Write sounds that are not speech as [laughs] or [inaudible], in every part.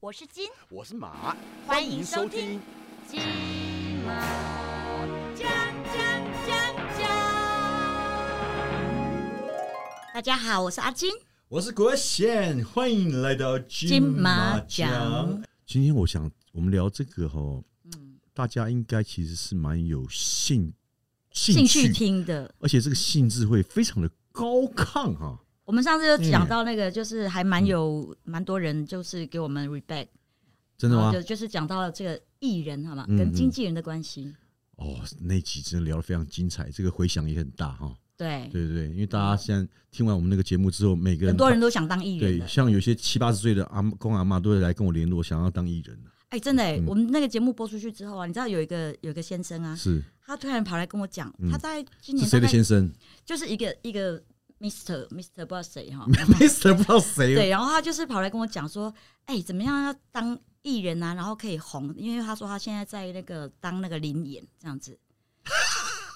我是金我是马，欢迎收听。金毛讲讲讲讲。大家好，我是阿金。我是国贤，欢迎来到金金马马奖嗯奖。今天我想我们聊这个哈，大家应该其实是蛮有兴兴兴趣听的，而且这个兴致会非常的高亢哈。我们上次嗯有讲到那个，就是还蛮有蛮多人，就是给我们 reback，真的然后吗哦就？就是讲到了这个艺人，好吗？嗯跟嗯经纪人的关系，哦，那集真的聊得非常精彩，这个回响也很大哈。对，对对对，因为大家现在听完我们那个节目之后，每个人很多人都想当艺人对的，。像有些七八十岁的阿公阿妈都会来跟我联络，想要当艺人哎，真的哎，嗯我们那个节目播出去之后啊，你知道有一个有一个先生啊，是他突然跑来跟我讲，嗯他在今是年谁的大概先生就是一个一个 Mister Mister 不知道谁哈， ？Mr. 不知道嗯谁对，然后他就是跑来跟我讲说，哎、怎么样要当艺人啊，然后可以红，因为他说他现在在那个当那个灵演这样 [laughs] 子，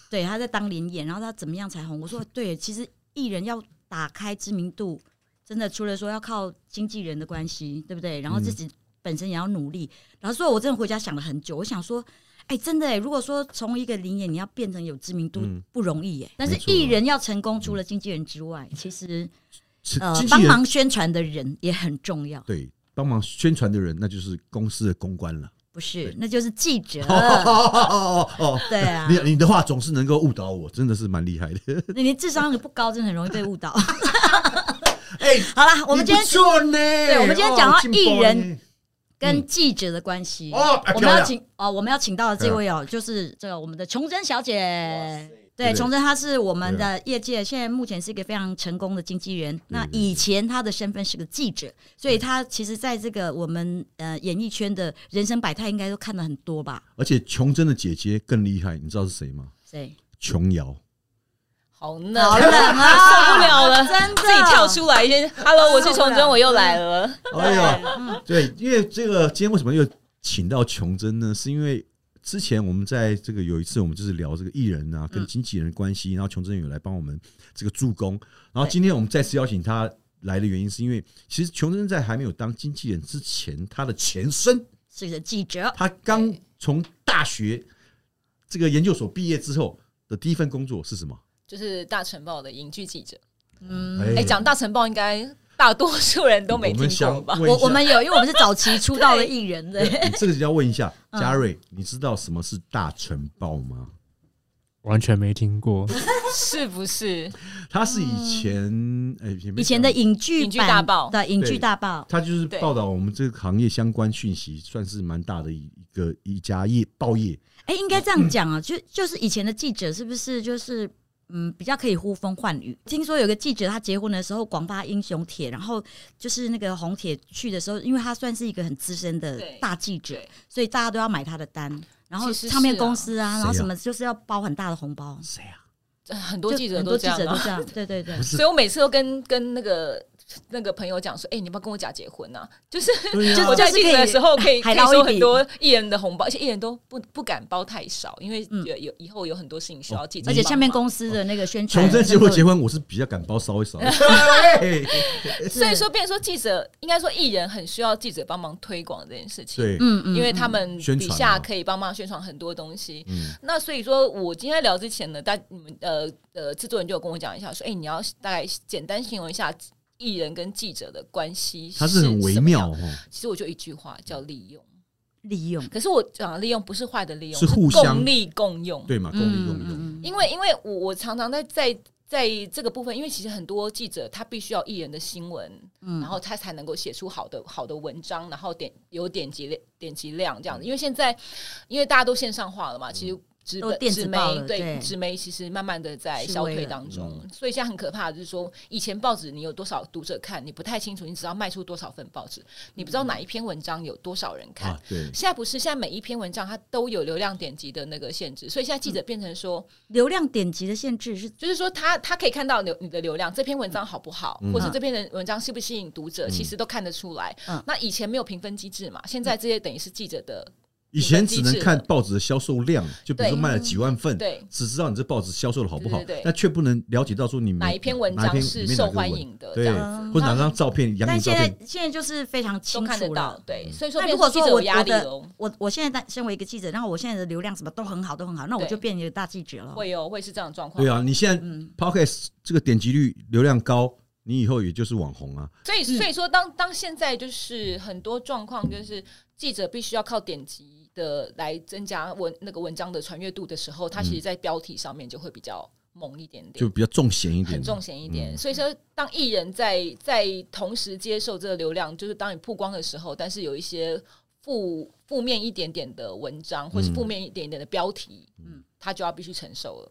对，他在当灵演，然后他怎么样才红？我说对，其实艺人要打开知名度，真的除了说要靠经纪人的关系，对不对？然后自嗯己本身也要努力。然后所以我真的回家想了很久，我想说。哎、真的哎、如果说从一个灵演你要变成有知名度、嗯不容易哎、但没是错艺人要成功，除了经纪人之外，其实是呃经，纪帮人忙宣传的人也很重要，对，帮忙宣传的人，那就是公司的公关了。不是？那就是记者， [laughs] 哦哦哦！呃对啊，你你的话总是能够误导我，真的是蛮厉害 [laughs] 的。你你智商不高，真的很容易被误 [laughs] 导。好哎，啦，我们今天你不错呢，对我们今天讲到艺人，进跟记者的关系，步我呢哦，我们要请哦，我们要请到的这位哦，就是这个我们的琼珍小姐。对，对啊琼珍她是我们的业界现在目前是一个非常成功的经纪嗯人。那以前她的身份是个记者，所以她其实在这个我们呃演艺圈的人生百态应该都看了很多吧？而且琼珍的姐姐更厉害，你知道是谁吗？对，[laughs] 琼瑶，好嫩，好冷啊受不了了，真的 [laughs] 自己跳出来先，Hello，我是受不了崇祯，我又来了。哎呀，对，因为这个今天为什么又请到琼珍呢？是因为之前我们在这个有一次我们就是聊这个艺人啊嗯跟经纪人的关系，然后琼珍有来帮我们这个助攻，然后今天我们再次邀请他来的原因是因为其实琼珍在还没有当经纪人之前，他的前身是个记者。他刚从大学这个研究所毕业之后的第一份工作是什么？就是大晨报的影剧记者，嗯，哎哎，讲大晨报应该大多数人都没听过吧？我我们想问一下我们有，因为我们是早期出道的艺人，对，你这个就要问一下嗯嘉瑞，你知道什么是大晨报吗？完全没听过，是不是？他是以嗯前哎也没以前的讲影剧影剧版大报的影剧对大报，他就是对报道我们这个行业相关讯息，算是蛮大的一一个一家业报业。哎，应该这样讲啊，就就是以前的记者是不是就是嗯比较可以呼风唤雨？听说有个记者他结婚的时候广发英雄帖，然后就是那个红帖去的时候，因为他算是一个很资深的对大记者对，所以大家都要买他的单，然后其实是唱片公司啊，啊然后谁啊什么就是要包很大的红包，谁啊？呃很就多记者很都多这记样者都啊，这样，对对对不。是所以我每次都跟跟那个。那个朋友讲说：“哎、你要不要跟我假结婚啊？就是哦对啊我在记者的时候，可以还可捞以一笔收很多艺人的红包，而且艺人都不不敢包太少，因为嗯哦有有以后有很多事情需要记者而帮忙。且下面公司的那个宣传从能够，这结哦婚结婚，我是比较敢包稍微少一 [laughs] 点。嘿嗯所以说，变成说记者应该说艺人很需要记者帮忙推广这件事情，对，嗯，嗯嗯，因为他们宣底传啊下嘛可以帮忙宣传很多东西。嗯，那所以说我今天聊之前呢，大你们呃呃制作人就有跟我讲一下，说哎、你要大概简单形容一下艺人跟记者的关系，他是很微妙。哦，其实我就一句话叫利用，利用。可是我讲的利用不是坏的利用，是互相共利共用。对嘛？共利共用。嗯嗯嗯因为因为我我常常在在在这个部分，因为其实很多记者他必须要艺人的新闻，嗯然后他才能够写出好的好的文章，然后点有点击量点击量这样子。嗯因为现在因为大家都线上化了嘛，其实。纸都本电子纸报了媒对对纸媒其实慢慢的在式消微退了嗯当中，所以现在很可怕的就是说，以前报纸你有多少读者看，你不太清楚，你只要卖出多少份报纸，你不知道嗯哪一篇文章有多少人看啊，，对，现在不是，现在每一篇文章它都有流量点击的那个限制，所以现在记嗯者变成说，流量点击的限制是就是说他他可以看到流你的流量，这篇文章好不好，嗯或者这篇的文章吸不吸引读者，嗯其实都看得出来嗯。那以前没有评分机制嘛，现在这些等于是记者的以前只能看报纸的销售量，就比如说对卖了几万份，对只知道你这报纸销售的好不好对对对，但却不能了解到说你哪一篇文哪一章篇是里嗯面哪受个欢文迎的，这对样，啊或者哪张照片、养但眼照现片，在现在就是非常都清看得楚到了。。对，所以说那变如果成记说者有我压我力的哦，我我现在当身为一个记者，然后我现在的流量什么都很好，都很好，那我对就变一个大记者了。会哦有会是这样的状况。对啊，你现在嗯， podcast 这个点击率、流量高，你以后也就是网红啊。所以，嗯所以说当，当现在就是很多状况，就是记者必须要靠点击的来增加文那个文章的传阅度的时候，它嗯其实在标题上面就会比较猛一点点，就比较重咸一点，很重显一点。嗯所以说，当艺人在在同时接受这个流量，就是当你曝光的时候，但是有一些负负面一点点的文章，或是嗯负面一点点的标题，嗯他就要必须承受了。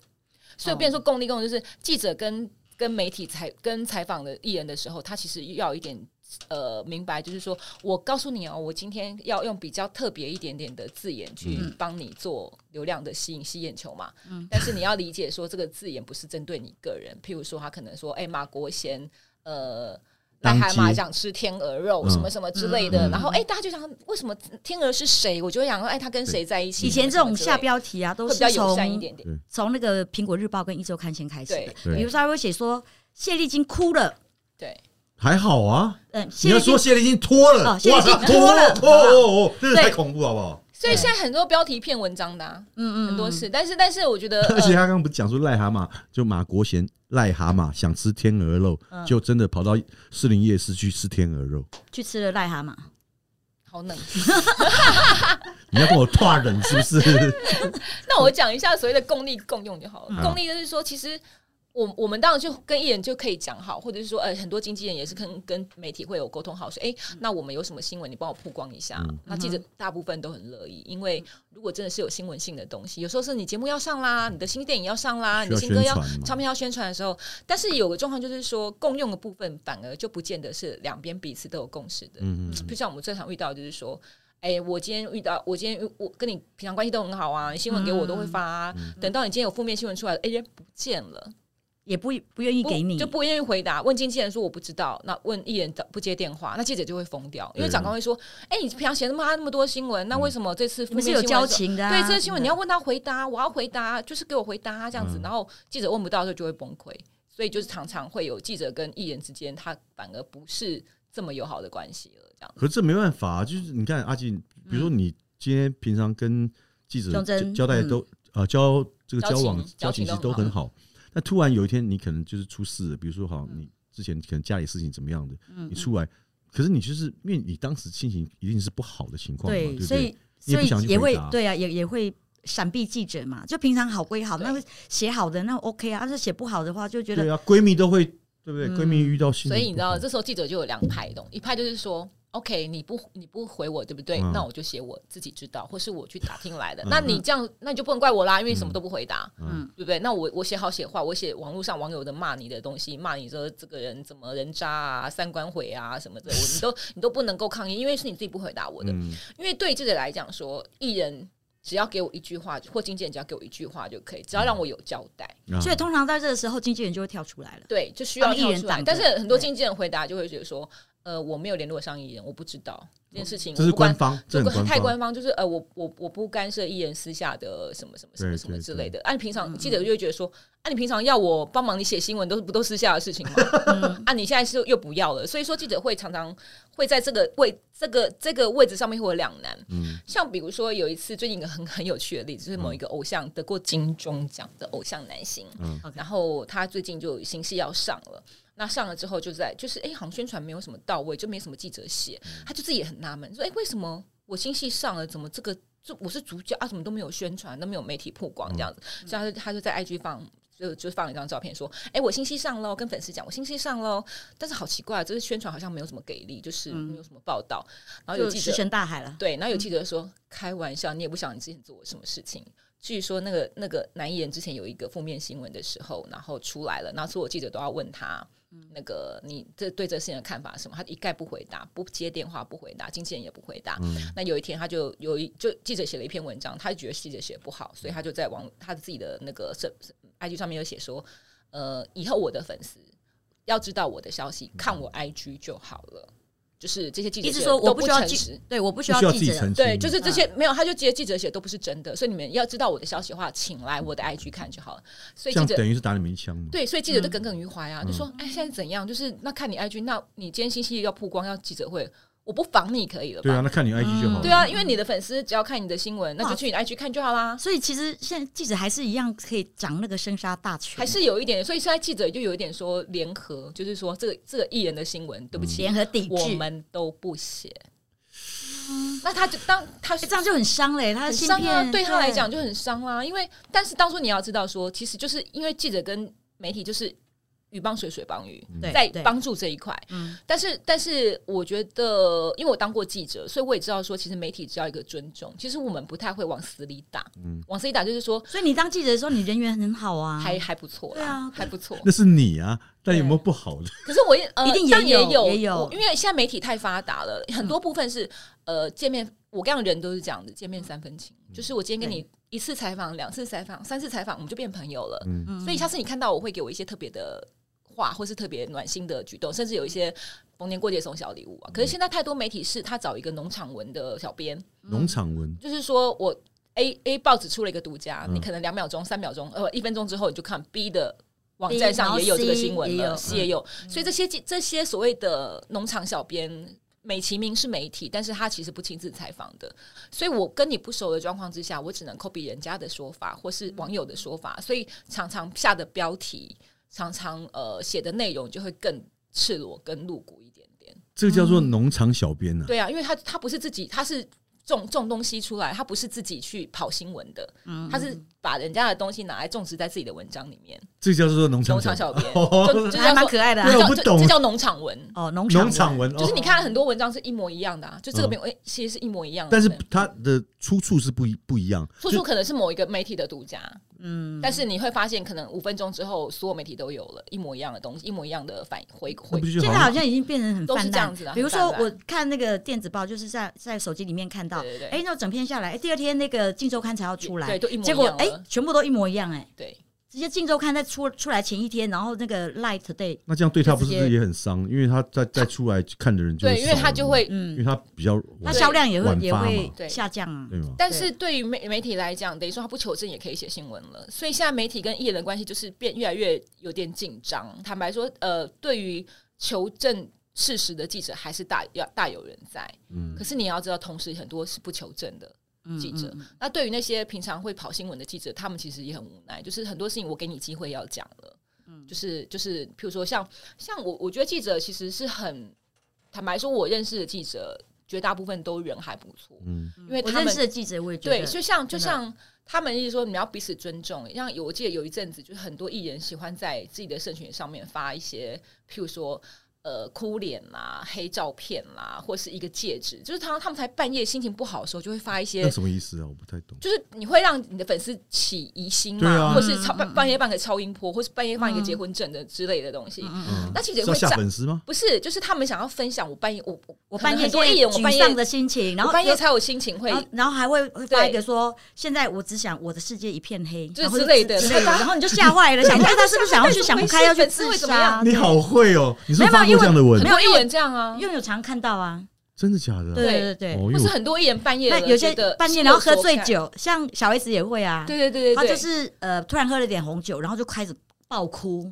所以，变成说共利共就是记者跟跟媒体采跟采访的艺人的时候，他其实要有一点。呃，明白，就是说我告诉你哦，我今天要用比较特别一点点的字眼去嗯帮你做流量的吸引吸眼球嘛。嗯但是你要理解说，这个字眼不是针对你个人。譬如说，他可能说，哎、马国贤，呃。当癞蛤蟆街想吃天鹅肉，嗯什么什么之类的，嗯然后哎、大家就想为什么天鹅是谁？我就会想说，哎、他跟谁在一起？以前这种下标。标题啊，都会是比较友善一从点点。从那个《苹果日报》跟《一周刊》先开始的对。对比如说，他会写说谢丽金哭了，对，还好啊。嗯，你谢要丽金说谢丽金脱了，哦谢丽金哇脱了脱哦哦，真的对太恐怖好不好？所以现在很多标题骗文章的、啊，嗯很多是，但是但是我觉 [laughs] 得，而且呃、他刚刚不是讲说癞蛤蟆，就马国贤癞蛤蟆想吃天鹅肉，嗯就真的跑到士林夜市去吃天鹅肉。去吃了癞蛤蟆，好冷。你要跟我 [laughs] 怕人是不是？ [laughs] 那我讲一下所谓的共利共用就好了。嗯共利就是说，其实我我们当然就跟艺人就可以讲好，或者是说，呃，很多经纪人也是跟跟媒体会有沟通好，说，哎、那我们有什么新闻，你帮我曝光一下。嗯那记者大部分都很乐意，因为如果真的是有新闻性的东西，有时候是你节目要上啦，你的新电影要上啦，你嗯需的要宣新歌要传嘛？唱片要宣传的时候，但是有个状况就是说，共用的部分反而就不见得是两边彼此都有共识的。嗯嗯就像我们最常遇到，就是说，哎、我今天遇到，我今天我跟你平常关系都很好啊，你新闻给我都会发、啊嗯等到你今天有负面新闻出来了，哎、人不见了，也不不愿意不给你就。不愿意回答。问经纪人说我不知道，那问艺人不接电话，那记者就会疯掉，因为对嗯长官会说，哎、你平常写那么他那么多新闻，那为什么这次你负们面是新闻有的交时候情的啊，对这个新闻，你什要么的问他回答，我要回答，就是给我回答这样子。嗯然后记者问不到的时候就会崩溃，所以就是常常会有记者跟艺人之间，他反而不是这么友好的关系了。这样，可是这没办法、啊就是你看阿静，比如嗯说你今天平常跟记者胸交针交代都、呃交这个交交往情交情其嗯交情实都嗯都很很好，那突然有一天你可能就是出事了，比如说好嗯你之前可能家里事情怎么样的，嗯你出来，可是你就是因为你当时心情一定是不好的情况嘛，对对，不所对？以你也所不想以去也回会答对啊，也也会闪避记者嘛。就平常好归好，对那会写好的那 OK 啊，但是写不好的话就觉啊对得啊，闺蜜都会对不对？嗯闺蜜遇到心情所以你知不好道，这时候记者就有两派东，一派就是说。OK，你不你不回我，对不对？嗯那我就写我自己知道，或是我去打听来的。嗯那你这样，那你就不能怪我啦，因为你什么都不回答。嗯对不对？那我我写好写坏，我写网络上网友的骂你的东西，骂你说这个人怎么人渣啊、三观毁啊什么的，我 [laughs] 你都你都不能够抗议，因为是你自己不回答我的。嗯因为对记者来讲说，艺人只要给我一句话，或经纪人只要给我一句话就可以，只要嗯让我有交代，啊所以通常在这个时候，经纪人就会跳出来了。对，就需要帮艺人跳出来挡着但是很多经纪人回答就会觉得说，呃，我没有联络上艺人，我不知道这件事情，这我是不管官方，这就很官太方。官方，就是呃，我我我不干涉艺人私下的什么什么什么对什么对之对类的。啊按、平嗯常嗯记者就会觉得说，啊，你平常要我帮忙你写新闻，都是不都私下的事情吗？ [laughs] 啊，你现在是又不要了，所以说记者会常常会在这个位这个这个位置上面会有两难。嗯像比如说有一次最近一个很很有趣的例子，就是某一个偶像得过金钟奖的偶像男星，嗯， OK 然后他最近就有新戏要上了。那上了之后就在就是哎、好像宣传没有什么到位，就没什么记者写，嗯他就自己也很纳闷，说哎、为什么我新戏上了，怎么这个这我是主角啊，怎么都没有宣传，都没有媒体曝光这样子，嗯所以他就他就在 IG 放。就就放了一张照片，说：“哎、我新戏上喽，跟粉丝讲我新戏上喽。”但是好奇怪，就是宣传好像没有什么给力，就是嗯没有什么报道。然后有就记者石沉大海了。对，然后有记者说：“开玩笑，你也不想你之前做过什么事情。”据说那个那个男艺人之前有一个负面新闻的时候，然后出来了，然后所有记者都要问他。嗯那个你这对这事情的看法是什么？他一概不回答，不接电话，不回答，经纪人也不回答。嗯那有一天他就有一就记者写了一篇文章，他就觉得记者写得不好，所以他就在网他自己的那个社 IG 上面有写说，呃，以后我的粉丝要知道我的消息，看我 IG 就好了。就是这些记者一直写嗯说的都我不需要诚记实。对，我不需不要需要自记己者澄清，对，就是这嗯些、没有，他就接记者写都不是真的，所以你们要知道我的消息的话，请来我的 IG 看就好了。所嗯这以记样者等于是打你们一枪嘛。对，所以记者就嗯耿耿于怀啊，嗯就说：“哎，现在怎样？就是那看你 IG，那你今天星期一要曝光，要记者会，我不防你可以了吧？”对啊，那看你 IG 就好了。嗯对啊，因为你的粉丝只要看你的新闻，那哇就去你的 IG 看就好啦。所以其实现在记者还是一样可以掌那个生杀大权，还是有一点，所以现在记者就有一点说联合，就是说这个这个艺人的新闻，对不嗯起，联合抵我制，们都不写。那他就当他嗯哎这样就很伤嘞。他的很芯伤啊，片对他来讲，就很伤啦、因为，但是当初你要知道说，其实就是因为记者跟媒体就是鱼帮水，水帮鱼，对在对帮助这一块。嗯但是，但是我觉得，因为我当过记者，所以我也知道说，其实媒体只要一个尊重，其实我们不太会往死里打，嗯往死里打就是说所以你当记者的时候，你人缘很好啊，还还不错对啦啊，还不错。那是你啊，但有没有对不好的？可是我也、呃、一定也但也有也有我因为现在媒体太发达了，很多部分是呃见面，我跟你讲人都是这样子，见面三分情，嗯就是我今天跟你一次采访、两次采访、三次采访，我们就变朋友了。嗯，嗯所以下次你看到我会给我一些特别的话，或是特别暖心的举动，甚至有一些逢年过节送小礼嗯物啊。可是现在太多媒体是他找一个农场文的小编，农场文就是说我 A A 报纸出了一个独家，嗯你可能两秒钟、三秒钟，呃，一分钟之后你就看 B 的网站上 B，也有这个然后 C 新闻也了有嗯，C 也有，所以这些记这些所谓的农场小编。美其名是媒体，但是他其实不亲自采访的，所以我跟你不熟的状况之下，我只能 copy 人家的说法或是网友的说法，所以常常下的标题，常常呃写的内容就会更赤裸、更露骨一点点。这个叫做农场小编呐。对啊，因为他他不是自己，他是种种东西出来，他不是自己去跑新闻的，嗯他是把人家的东西拿来种植在自己的文章里面。这个叫做农农场场小编 [laughs] 哦就就还蛮可爱的啊对啊我这叫不这懂这叫农场文。哦，农农场场文，就是哦你看很多文章是一模一样的啊，就嗯这个没有，哎、其实是一模一样的。但是对它的出处是不一不一样。出处可能是某一个媒体的独家，嗯，但是你会发现，可能五分钟之后，所有媒体都有了一模一样的东西，一模一样的反回那回不。就现在好像已经变成很都是泛这滥样子啊比如很说泛我滥看那个电子报，就是在在手机里面看到，对对对哎，那整篇下来，哎，第二天那个《镜周刊》才要出来，对，都一模一结样果了。哎，全部都一模一样，哎，对，直接《镜周刊》在出出来前一天，然后那个 Light Day，那这样对他就不直是接也很伤？因为他再再出来看的人就对，因为少他了就嘛，会因为嗯，他比较那晚销量也会晚也发嘛会对下降啊。对吗？但是对于媒媒体来讲，等于说他不求证也可以写新闻了，所以现在媒体跟艺人的关系就是变越来越有点紧张。坦白说，呃，对于求证事实的记者还是大要大有人在，嗯可，是你也要知道，同时很多是不求证的。嗯记者，嗯那对于那些平常会跑新闻的记者，他们其实也很无奈，就是很多事情我给你机会要讲了，嗯就是就是，譬如说像像我，我觉得记者其实是很坦白说，我认识的记者绝大部分都人还不错，嗯，嗯因为我他认们识的记者，我也觉对，得，就像就真的像他们一直说你们要彼此尊重。像有我记得有一阵子，就是很多艺人喜欢在自己的社群上面发一些，譬如说呃哭脸啦、黑照片啦，或是一个戒指，就是他他们才半夜心情不好的时候就会发一那些。什么意思啊？我不太懂。 [laughs] 就是你会让你的粉丝起疑心嘛，对啊或是超嗯半嗯半夜办个超音波，或是半夜办一个结婚证的之类的东西。嗯，啊那记者是要会下讲粉丝吗？不是，就是他们想要分享我半夜我我我半夜很多艺人，我半沮夜丧的心情，然我后半夜又才有心情会然后然后还会会发一个说，现在我只想我的世界一片黑，就是然后之类的之类的，然后你就吓坏了，想说哎他是不是想 [laughs] 要去想不开要去自杀？你好会哦！你是不没是发过啊有没有因为这样的文很，多艺人这样啊因，为我常看到啊，真的假的啊？对对对。哦，因不为是我很多艺人半夜那了有些觉得半夜心然后有喝所醉感，酒，像小 S 也会啊，对对对对她对，就是呃突然喝了点红酒，然后就开始爆哭，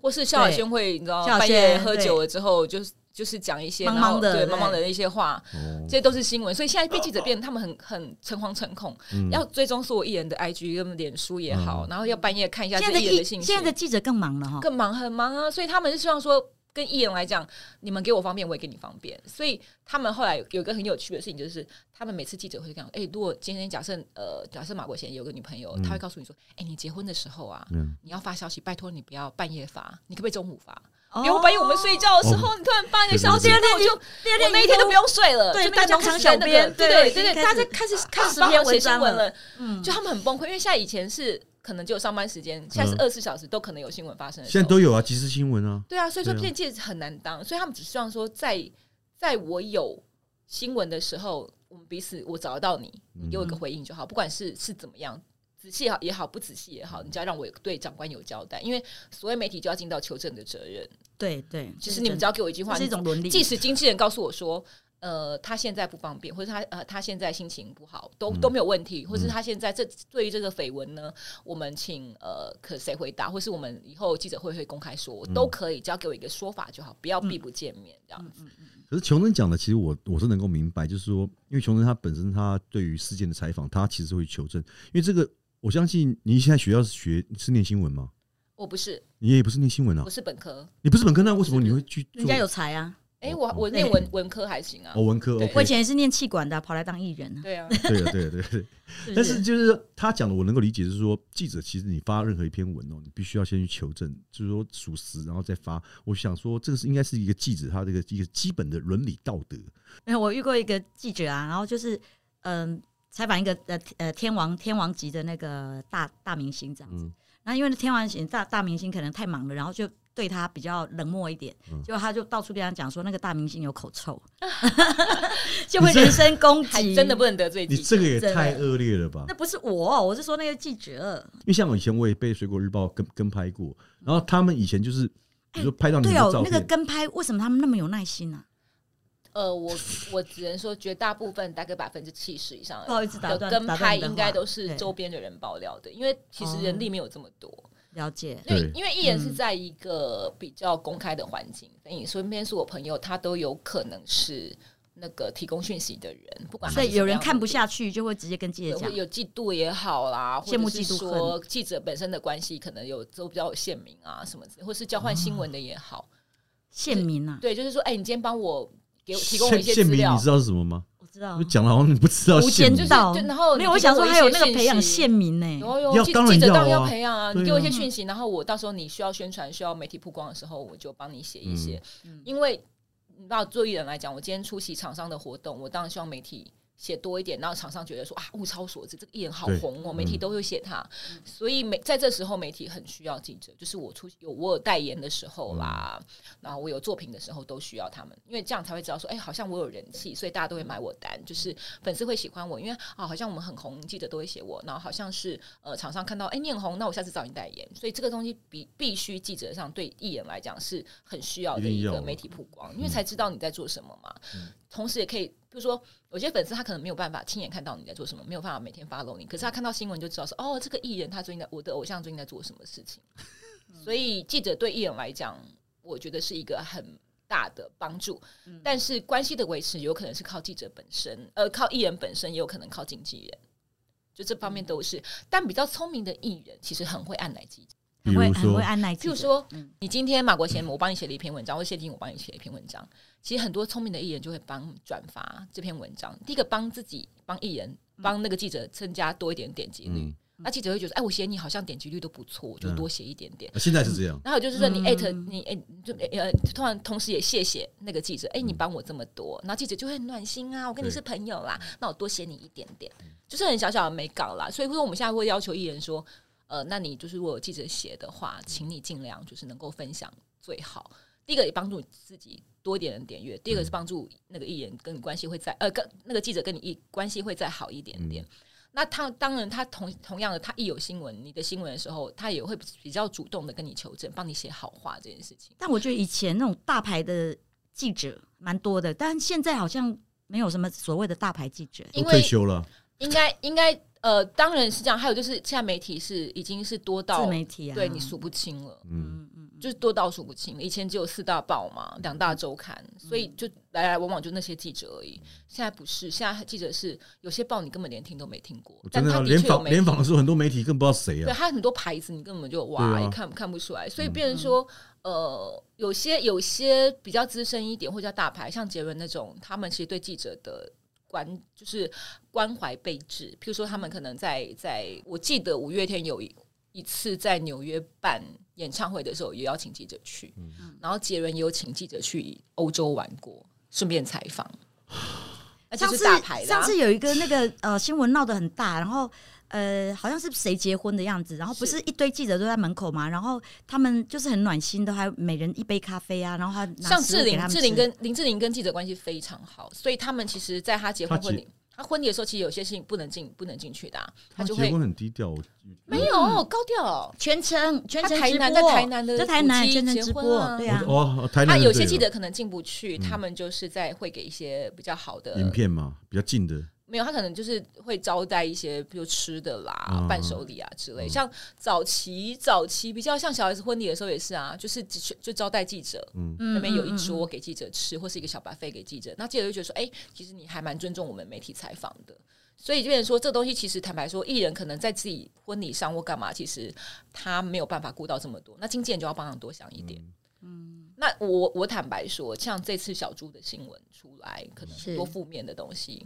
或是萧亚轩会，你知道萧亚半轩夜喝酒了之后，就是就是讲一些茫茫然后的对对茫茫的一些话，哦这些都是新闻。所以现在被记者变，他们很很诚惶诚恐，嗯要追踪所有艺人的 IG 跟脸书也好嗯，然后要半夜看一下现这在些的艺人记的信息，现在的记者更忙了哈，更忙很忙啊，所以他们是希望说。跟艺人来讲，你们给我方便，我也给你方便。所以他们后来有一个很有趣的事情，就是他们每次记者会讲：“哎、如果今天假设呃，假设马国贤有个女朋友，嗯他会告诉你说：‘哎、你结婚的时候啊，嗯，你要发消息，拜托你不要半夜发，你可不可以中午发？哦因为半夜我们睡觉的时候，你突然发一个消息，对对那我就第二我那一天都不用睡了，对就大家大家开开始始在小那编个，对对对已对，经大开家始嗯开始开始帮帮忙我写文新章闻了，嗯就他们很崩溃，因为现在以前是可能只有上班时间，现在是二十四小时都可能有新闻发生的嗯时现候，在都有啊，即时新闻啊，对啊，所以说对啊这戒指很难当，所以他们只希望说在，在我有嗯新闻的时候，我们彼此我找得到你，你给我一个回应就好，不管是是怎么样。仔细也好也好，不仔细也好，你只要让我对长官有交代，因为所谓媒体就要尽到求证的责任。对对，其实你们只要给我一句这话，是一种伦理，即使经纪人告诉我说，呃，他现在不方便，或者他呃他现在心情不好，都嗯都没有问题，或是嗯他现在这对于这个绯闻呢，我们请呃可谁回答，或是我们以后记者会会公开说，我嗯都可以，只要给我一个说法就好，不要避不见面这样子。可是琼真讲的，其实我我是能够明白，就是说，因为琼真他本身他对于事件的采访，他其实会求证，因为这个我相信你现在学校是学是念新闻吗？我不是，你也不是念新闻啊哦我，是本科，你不是本科，那为什么你会去做？人家有才啊。哎、哦我哦我念对文文科还行啊哦，，文科对我以，OK，前也是念气管的啊、跑来当艺人啊，对啊，对了对了对了对了。是不但是是就是他讲的，我能够理解，就是说记者其实你发任何一篇文哦，你必须要先去求证，就是说属实，然后再发。我想说，这个是应该是一个记者他这个一个基本的伦理道德。没有，我遇过一个记者啊，然后就是嗯，采访一个呃呃天王天王级的那个大大明星这样子。嗯然后因为那天王级大大明星可能太忙了，然后就对他比较冷漠一点，嗯结果他就到处跟他讲说那个大明星有口 [laughs] 臭，就会人身攻还击，真的不能得罪你记者。这个也太恶劣了吧那！不是我，我是说那个记者。因为像我以前我也被《水果日报》跟跟拍过，然后他们以前就是，哎比如说拍到你对的哦照，那个片，跟拍为什么他们那么有耐心呢、呃，我我只能说，绝大部分大概百分之七十以上不好意思打的断跟打拍断你的应该话都是对哦周边的人爆料的，因为其实人力没有这么多。了解，因为对因为艺人嗯是在一个比较公开的环境，所以你身边是我朋友，他都有可能是那个提供讯息的人，不管他所以是什么有人样的看不下去，就会直接跟记对。者会讲。有嫉妒也好啦，或羡慕者是嫉妒恨说记者本身的关系，可能有都比较有县民啊什么之类，或是交换新闻的也好，县民啊，对，就是说，哎、你今天帮我给我提供我县一些县资民料嗯你，知道是什么吗？我知道啊就。讲的好像你不知道无县间民，道就，然后没你有，我给我想说一还有那些个信培养息县民呢、有有要记当然记者要当然要啊培养啊！对你给我一些啊讯息，然后我到时候你需要宣传、需要媒体曝光的时候，我就帮你写一些。嗯因为你知道，做艺人来讲，我今天出席厂商的活动，我当然希望媒体写多一点，然后厂商觉得说啊，物超所值，这个艺人好对红哦，媒体嗯都会写他。所以媒在这时候，媒体很需要记者，就是我出有我有代言的时候啦，嗯然后我有作品的时候都需要他们，因为这样才会知道说，哎、好像我有人气，所以大家都会买我单，就是粉丝会喜欢我，因为啊，好像我们很红，记者都会写我，然后好像是呃厂商看到哎、你很红，那我下次找你代言，所以这个东西必必须记者上对艺人来讲是很需要的一定一要个的嗯媒体曝光，因为才知道你在做什么嘛，同时也可以。比如说，有些粉丝他可能没有办法亲眼看到你在做什么，没有办法每天 follow 你，可是他看到新闻就知道说，哦，这个艺人他最近在我的偶像最近在做什么事 [laughs] 情。所以记者对艺人来讲，我觉得是一个很大的帮助。但是关系的维持有可能是靠记者本身，呃，靠艺人本身，也有可能靠经纪人，就这方面都是。但比较聪明的艺人其实很会按耐记者。比很会如很会说按耐记譬者，如说嗯，你今天马国贤，我帮你写了一篇文章，或谢霆，我帮你写了一篇文章。其实很多聪明的艺人就会帮转发这篇文章。第一个帮自己，帮艺人，嗯帮那个记者增加多一点点击率。嗯，那记者会觉得，哎，我写你好像点击率都不错，我就嗯多写一点点。现在是这样，然后就是说你艾特嗯你哎，你就呃，突然同时也谢谢那个记者，哎，你帮我这么多，然后记者就会很暖心啊，我跟你对是朋友啦，那我多写你一点点，就是很小小的美感啦。所以说我们现在会要求艺人说，呃，那你就是如果有记者写的话，请你尽量就是能够分享最好。第一个也帮助自己多一点的点阅，第二个是帮助那个艺人跟你关系会再呃跟那个记者跟你一关系会再好一点嗯点。那他当然，他同同样的，他一有新闻，你的新闻的时候，他也会比较主动的跟你求证，帮你写好话这件事情。但我觉得以前那种大牌的记者蛮多的，但现在好像没有什么所谓的大牌记者。都因退为休了，应该应该呃，当然是这样。还有就是，现在媒体是已经是多到自媒体啊，对你数不清了，嗯，就是多到数不清了。以前只有四大报嘛，嗯两大周刊，所以就来来往往就那些记者而已。现在不是，现在记者是有些报你根本连听都没听过我，真但的他要的联确有访媒联体访的时候，很多媒体更不知道谁对啊，他很多牌子你根本就哇、对啊也看看不出来，所以嗯变成说，呃，有些有些比较资深一点或者叫大牌，像杰伦那种，他们其实对记者的。关就是关怀备至，譬如说他们可能在在，我记得五月天有一一次在纽约办演唱会的时候，也邀请记者去，嗯然后杰伦也有请记者去欧洲玩过，顺便采访，而且上是次大牌啦啊上次有一个那个呃新闻闹得很大，然后呃好像是谁结婚的样子，然后不是一堆记者都在门口嘛，然后他们就是很暖心的，还每人一杯咖啡啊，然后还拿像食物志给玲，他们志玲吃跟林志玲跟记者关系非常好，所以他们其实在他结婚他婚结礼，他婚礼的时候，其实有些事情不能进不能进去的啊、他他就结会婚很低调，我没嗯有高调。全程全他程台直南播，在台南的在台南夫妻全程结直婚播，啊对啊我，哦，哦台他南有些记记者者可能进不去，嗯他们就是在会给一些比较好的影片嘛，比较近的，没有，他可能就是会招待一些，比如吃的啦、嗯伴手礼啊之类。嗯像早期早期比较像小 S 婚礼的时候也是啊，就是只就招待记者，嗯，嗯那边有嗯一嗯桌给记者吃，或是一个小白费给记者。那记者就觉得说，哎、其实你还蛮尊重我们媒体采访的。所以就变成说，这东西其实坦白说，艺人可能在自己婚礼上或干嘛，其实他没有办法顾到这么多。那经纪人就要帮他多想一点。嗯那我我坦白说，像这次小猪的新闻出来，可能是很多负面的东西，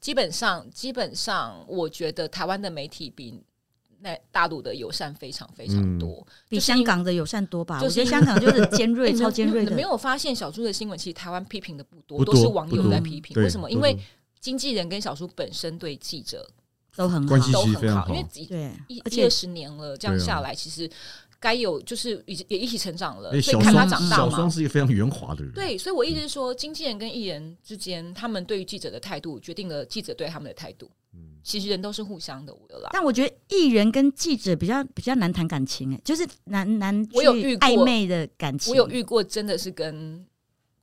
基本上基本上，我觉得台湾的媒体比那大陆的友善非常非常嗯多。比就是香港的友善多吧？就我是觉得香港就是尖 [laughs] 哎锐，你超们尖锐你们没的。有发现小猪的新闻，其实台湾批评的不多，不多都是网不友多在批评。对为什么？都因为是经纪人跟小猪本身对记者都很好关，系都其实非很常好，因为好几对一，而一且二十年了，这样对啊下来，其实该有就是已经也一起成长哎，了，所小以看他双长大小嘛双。是一个非常圆滑的人，，对，所以我一直说，经纪人跟艺人之间，他们对于记者的态度，决定了记者对他们的态度。嗯，其实人都是互相的，我有啦。但我觉得艺人跟记者比较比较难谈感情，哎，就是难难去我有遇过暧昧的感情。我有遇过，真的是跟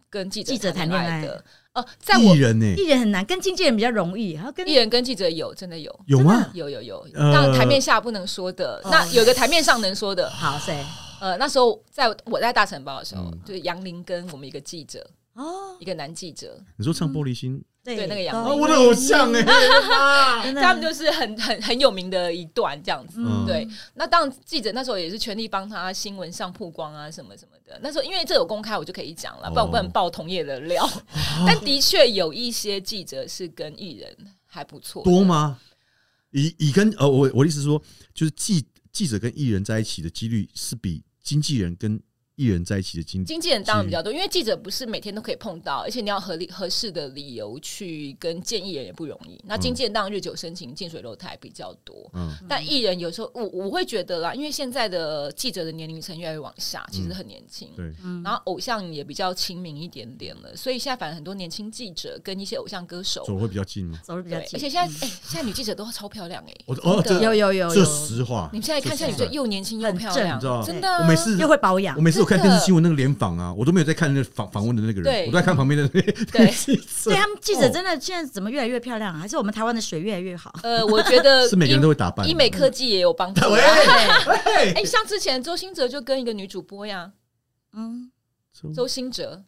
跟记者记者谈谈恋爱爱的。哦、在我艺人呢艺人很难，跟经纪人比较容易，然后跟艺人跟记者有，真的有，有吗？有有有。呃但台面下不能说的，哦那有个台面上能说的。好 [laughs] 谁呃，那时候在我在大城报的时候，嗯就是杨林跟我们一个记者，哦，一个男记者，你说唱玻璃心对对那个杨都哦啊，我的偶像哎，真的他们就是很很很有名的一段这样子。嗯对，那当然，记者那时候也是全力帮他新闻上曝光啊，什么什么的。那时候因为这有公开，我就可以讲哦了，不然我不能爆同业的料。 [laughs] 但的确有一些记者是跟艺人还不错，多？吗？以以跟呃，我我的意思是说，就是记记者跟艺人在一起的几率是比经纪人跟艺人在一起的经经纪人当然比较多，因为记者不是每天都可以碰到，而且你要合理合适的理由去跟见艺人也不容易。那经纪人当然日久生情，近水楼台比较多。嗯但艺人有时候，我我会觉得啦，因为现在的记者的年龄层越来越往下，其实很年轻。对，嗯然后偶像也比较亲民一点点了，所以现在反正很多年轻记者跟一些偶像歌手，走得会比较嗯近吗？走的比对，较而近，嗯且现在哎、现在女记者都超漂亮哎、我哦，这真的有有有这有，实话你，们现在看这下女记者又年轻又漂亮你知道，真的啊，我每次又会保养我，每次我看真的电视新闻那个联访啊，我都没有在看那个访访问的那个人，对我都在看旁边的那个对记者对。他们记者哦真的现在怎么越来越漂亮啊？还是我们台湾的水越来越好？呃，我觉 [laughs] 得是每个人都会打扮的医医美科技也有帮 [laughs] 助 [laughs] 啊。喂哎、像之前周星哲就跟一个女主播呀，嗯，周星哲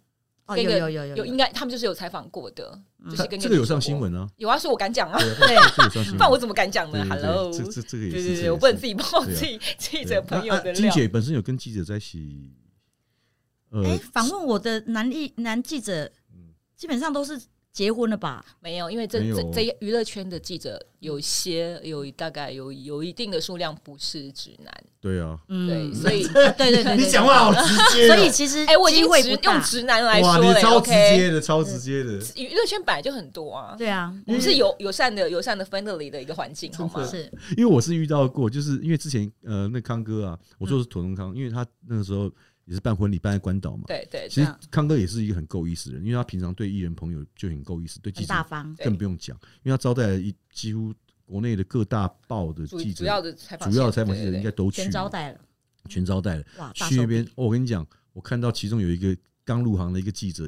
哦，跟一有个有有有应该他们就是有采访过的，嗯就是跟一嗯这个有女主上播新，闻啊，有啊，所以我敢讲啊，对，这个有上新 [laughs] 不闻。然我怎么敢讲对呢对对？Hello，嗯这这这个也对是，对这对，个我不能也自是己爆对啊自己记对者那朋友啊的金料。姐本身有跟记者在一起，哎哎呃，，访问我的男艺男记者，基本上都是结婚了吧？没有，因为这没有这这娱乐圈的记者有些有大概有有一定的数量不是直男，对啊，对，嗯，所 [laughs] 以啊 [laughs] 对对对，你对讲话好直接所哦，以其实哎、我已机经会直不大用直男来哇，说你了超直接，OK。的，嗯超直接的，娱乐圈本来就很多啊，对啊，我们是友友善的、友善的 friendly 的一个环境，好吗？是因为我是遇到过，就是因为之前呃，那康哥啊，我说的是土龙康，因为他那个时候也是办婚礼办在关岛嘛。对对其对实康哥也是一个很够意思的人，因为他平常对艺人朋友就很够意思，对记很者大方，对更不用讲，因为他招待了一几乎国内的各大报的主记主者，要的采访主要的采访记者应对对该都去全招待了，全招待了。哇，大去那手边笔，哦我跟你讲，我看到其中有一个刚入行的一个记者，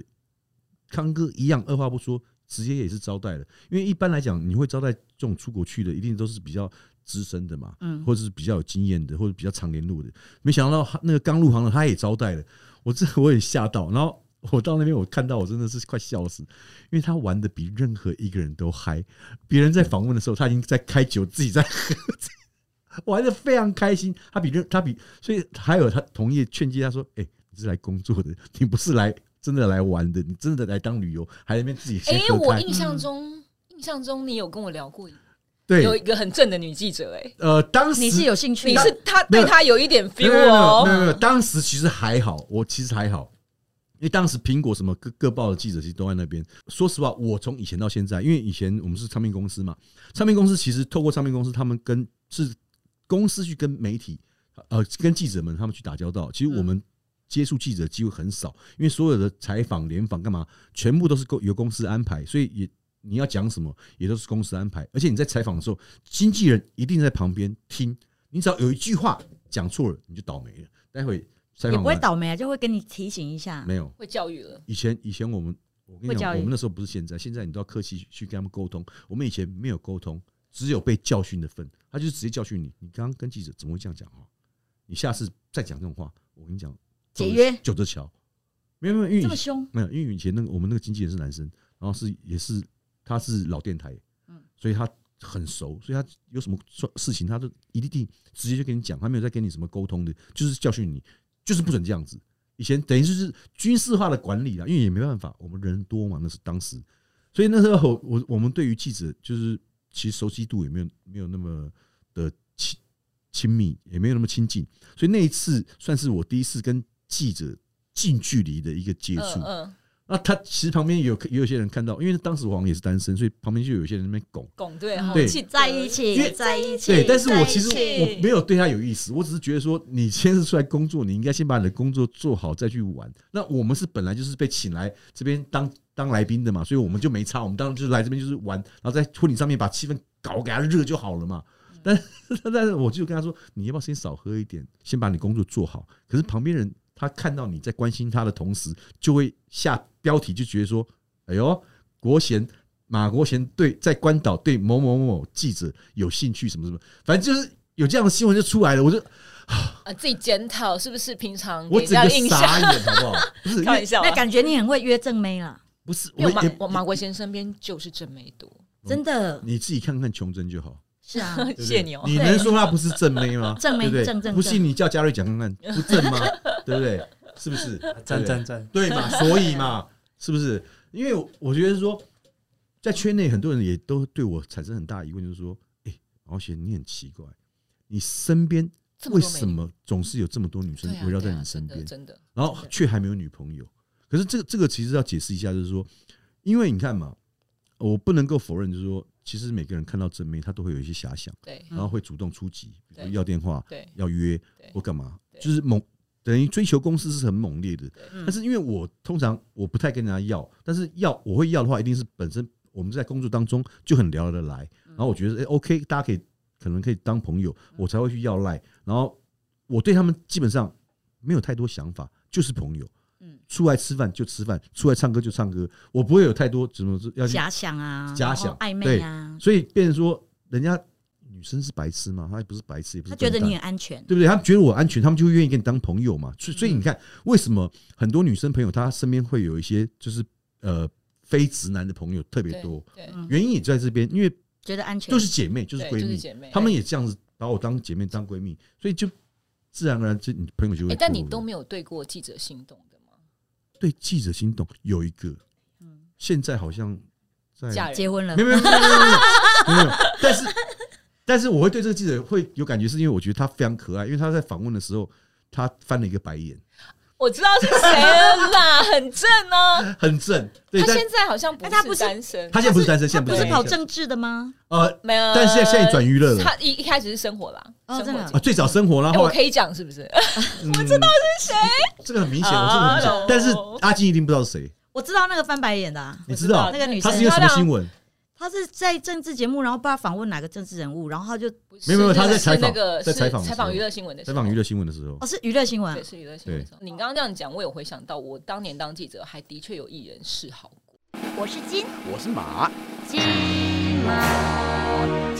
康哥一样二话不说，直接也是招待了。因为一般来讲，你会招待这种出国去的，一定都是比较资深的嘛，嗯，或者是比较有经验的，或者比较常联络的。没想到他那个刚入行的他也招待了，我这 [laughs] 我也吓到。然后我到那边我看到我真的是快笑死，因为他玩的比任何一个人都嗨。别人在访问的时候，他已经在开酒，自己在喝。 [laughs] 玩的非常开心，他比任他比，所以还有他同业劝诫他说：“哎、你是来工作的，你不是来真的来玩的，你真的来当旅游，还在那边自己哎先、喝我开。印象中，印象中你有跟我聊过，有对一，个很正的女记者、哎，呃，当时你是有兴趣你的，是她没对有她有一点没有 feel 没有没有没有哦，没有，当时其实还好，我其实还好，因为当时苹果什么各各报的记者其实都在那边。说实话，我从以前到现在，因为以前我们是唱片公司嘛，唱片公司其实透过唱片公司，他们跟是公司去跟媒体呃跟记者们他们去打交道，其实我们。接触记者机会很少，因为所有的采访、联访干嘛，全部都是公由公司安排，所以也你要讲什么也都是公司安排，而且你在采访的时候，经纪人一定在旁边听，你只要有一句话讲错了，你就倒霉了。待会采也访不会完倒霉啊，就会跟你提醒一下。没有？会教育了。以前以前我们我跟你会教讲，育我们那时候不是现在，现在你都要客气去跟他们沟通。我们以前没有沟通，只有被教训的份，他就是直接教训你。你刚刚跟记者怎么会这样讲话？你下次再讲这种话，我跟你讲，解约九着桥。没有没有，因为以这前么凶，没有，因为以前那个我们那个经纪人是男生，然后是也是他是老电台，嗯所以他很熟，所以他有什么说事情，他都一定直接就跟你讲，他没有在跟你什么沟通的，就是教训你，就是不准这样子。以前等于就是军事化的管理啦，因为也没办法，我们人多嘛，那是当时，所以那时候我我我们对于记者就是其实熟悉度也没有没有那么的亲亲密，也没有那么亲近，所以那一次算是我第一次跟记者近距离的一个接嗯触。嗯，那他其实旁边也有也有些人看到，因为当时我好像也是单身，所以旁边就有些人在那边拱。拱对嗯哈，对气在一因起，为在一起。对，但是我其实在一起我没有对他有意思，我只是觉得说，你先是出来工作，你应该先把你的工作做好再去玩。那我们是本来就是被请来这边当当来宾的嘛，所以我们就没差，我们当然就是来这边就是玩，然后在婚礼上面把气氛搞给他热就好了嘛。但是但是我就跟他说，你要不要先少喝一点，先把你工作做好。可是旁边人他看到你在关心他的同时，就会下标题就觉得说，哎呦，国贤马国贤对在关岛对某某某某记者有兴趣什么什么，反正就是有这样的新闻就出来了，我就啊，自己检讨是不是平常我给整人家个印象？傻眼，好不好？ [laughs] 不是，因开玩为笑啊，那感觉你很会约正妹了，不是因我为马也我马国贤身边就是真没 [laughs] 毒，真的你自己看看琼真就好，是 [laughs] 啊。谢谢你哦。你能说他不是正妹 [laughs] 吗？正妹对不对正正不信你叫嘉瑞讲看看，不正吗？对不对？是不是？ [laughs] 赞赞赞，对嘛？所以嘛，是不是？因为我觉得说，在圈内很多人也都对我产生很大疑问，就是说，哎、毛贤你很奇怪，你身边这么为多美什女么总是有这么多女生对啊围绕在对啊你身边？真的，然后却还没有女朋友。可是这个这个其实要解释一下，就是说，因为你看嘛，我不能够否认，就是说，其实每个人看到真妹，他都会有一些遐想，真的对然后会主动出击，比如嗯对要电话、对要约对或干嘛，对就是猛，等于追求公司是很猛烈的。嗯但是因为我通常我不太跟人家要，但是要我会要的话，一定是本身我们在工作当中就很聊得来，嗯然后我觉得哎、诶 OK，大家可以可能可以当朋友，我才会去要赖。然后我对他们基本上没有太多想法，就是朋友。嗯出来吃饭就吃饭，出来唱歌就唱歌，我不会有太多怎么要去假想啊，假想然后暧昧啊，所以变成说，人家女生是白痴嘛，她也不是白痴，也不是他觉得笨蛋你很安全，对不对？他们觉得我安全，他们就会愿意跟你当朋友嘛。嗯所以所以你看，为什么很多女生朋友她身边会有一些就是呃非直男的朋友特别对多？对，嗯原因也在这边，因为觉得安全就是姐妹，就是对闺就是蜜，姐妹她们也这样子把我当姐妹当闺蜜，所以就自然而然就你朋友就会哎多了、，但你都没有对过记者心动的吗？对记者心动有一个，现在好像在嫁人结婚了没。有没有没有没有没有没有 [laughs] 没有，但是但是我会对这个记者会有感觉，是因为我觉得他非常可爱，因为他在访问的时候他翻了一个白眼。我知道是谁了啦，很正啊。很正， [laughs] 对，他但现在好像不哎他不是是单身，他现在不是单身，现在不是是单跑身政治的吗？呃，没有，但是现在现在转娱乐了他一一开始是生活啦，哦生真的活啊经啊，最早生活，然哎，后我后来可以讲是不是？我知道是谁，这个很明显，我这个很明显啊，但是阿金一定不知道是谁，我知道那个翻白眼的啊，你知道 [laughs] 那个女他生是因为什么新闻？她是在政治节目，然后不知道访问哪个政治人物，然后她就不是没有没有他在是采访那个在是采访的采时候访娱乐新闻的采访娱乐。乐新闻的时候哦，是娱乐新闻啊对，，是娱乐新闻对。你刚刚这样讲，我有回想到，我当年当记者，还的确有艺人示好过。我是金我是马，金毛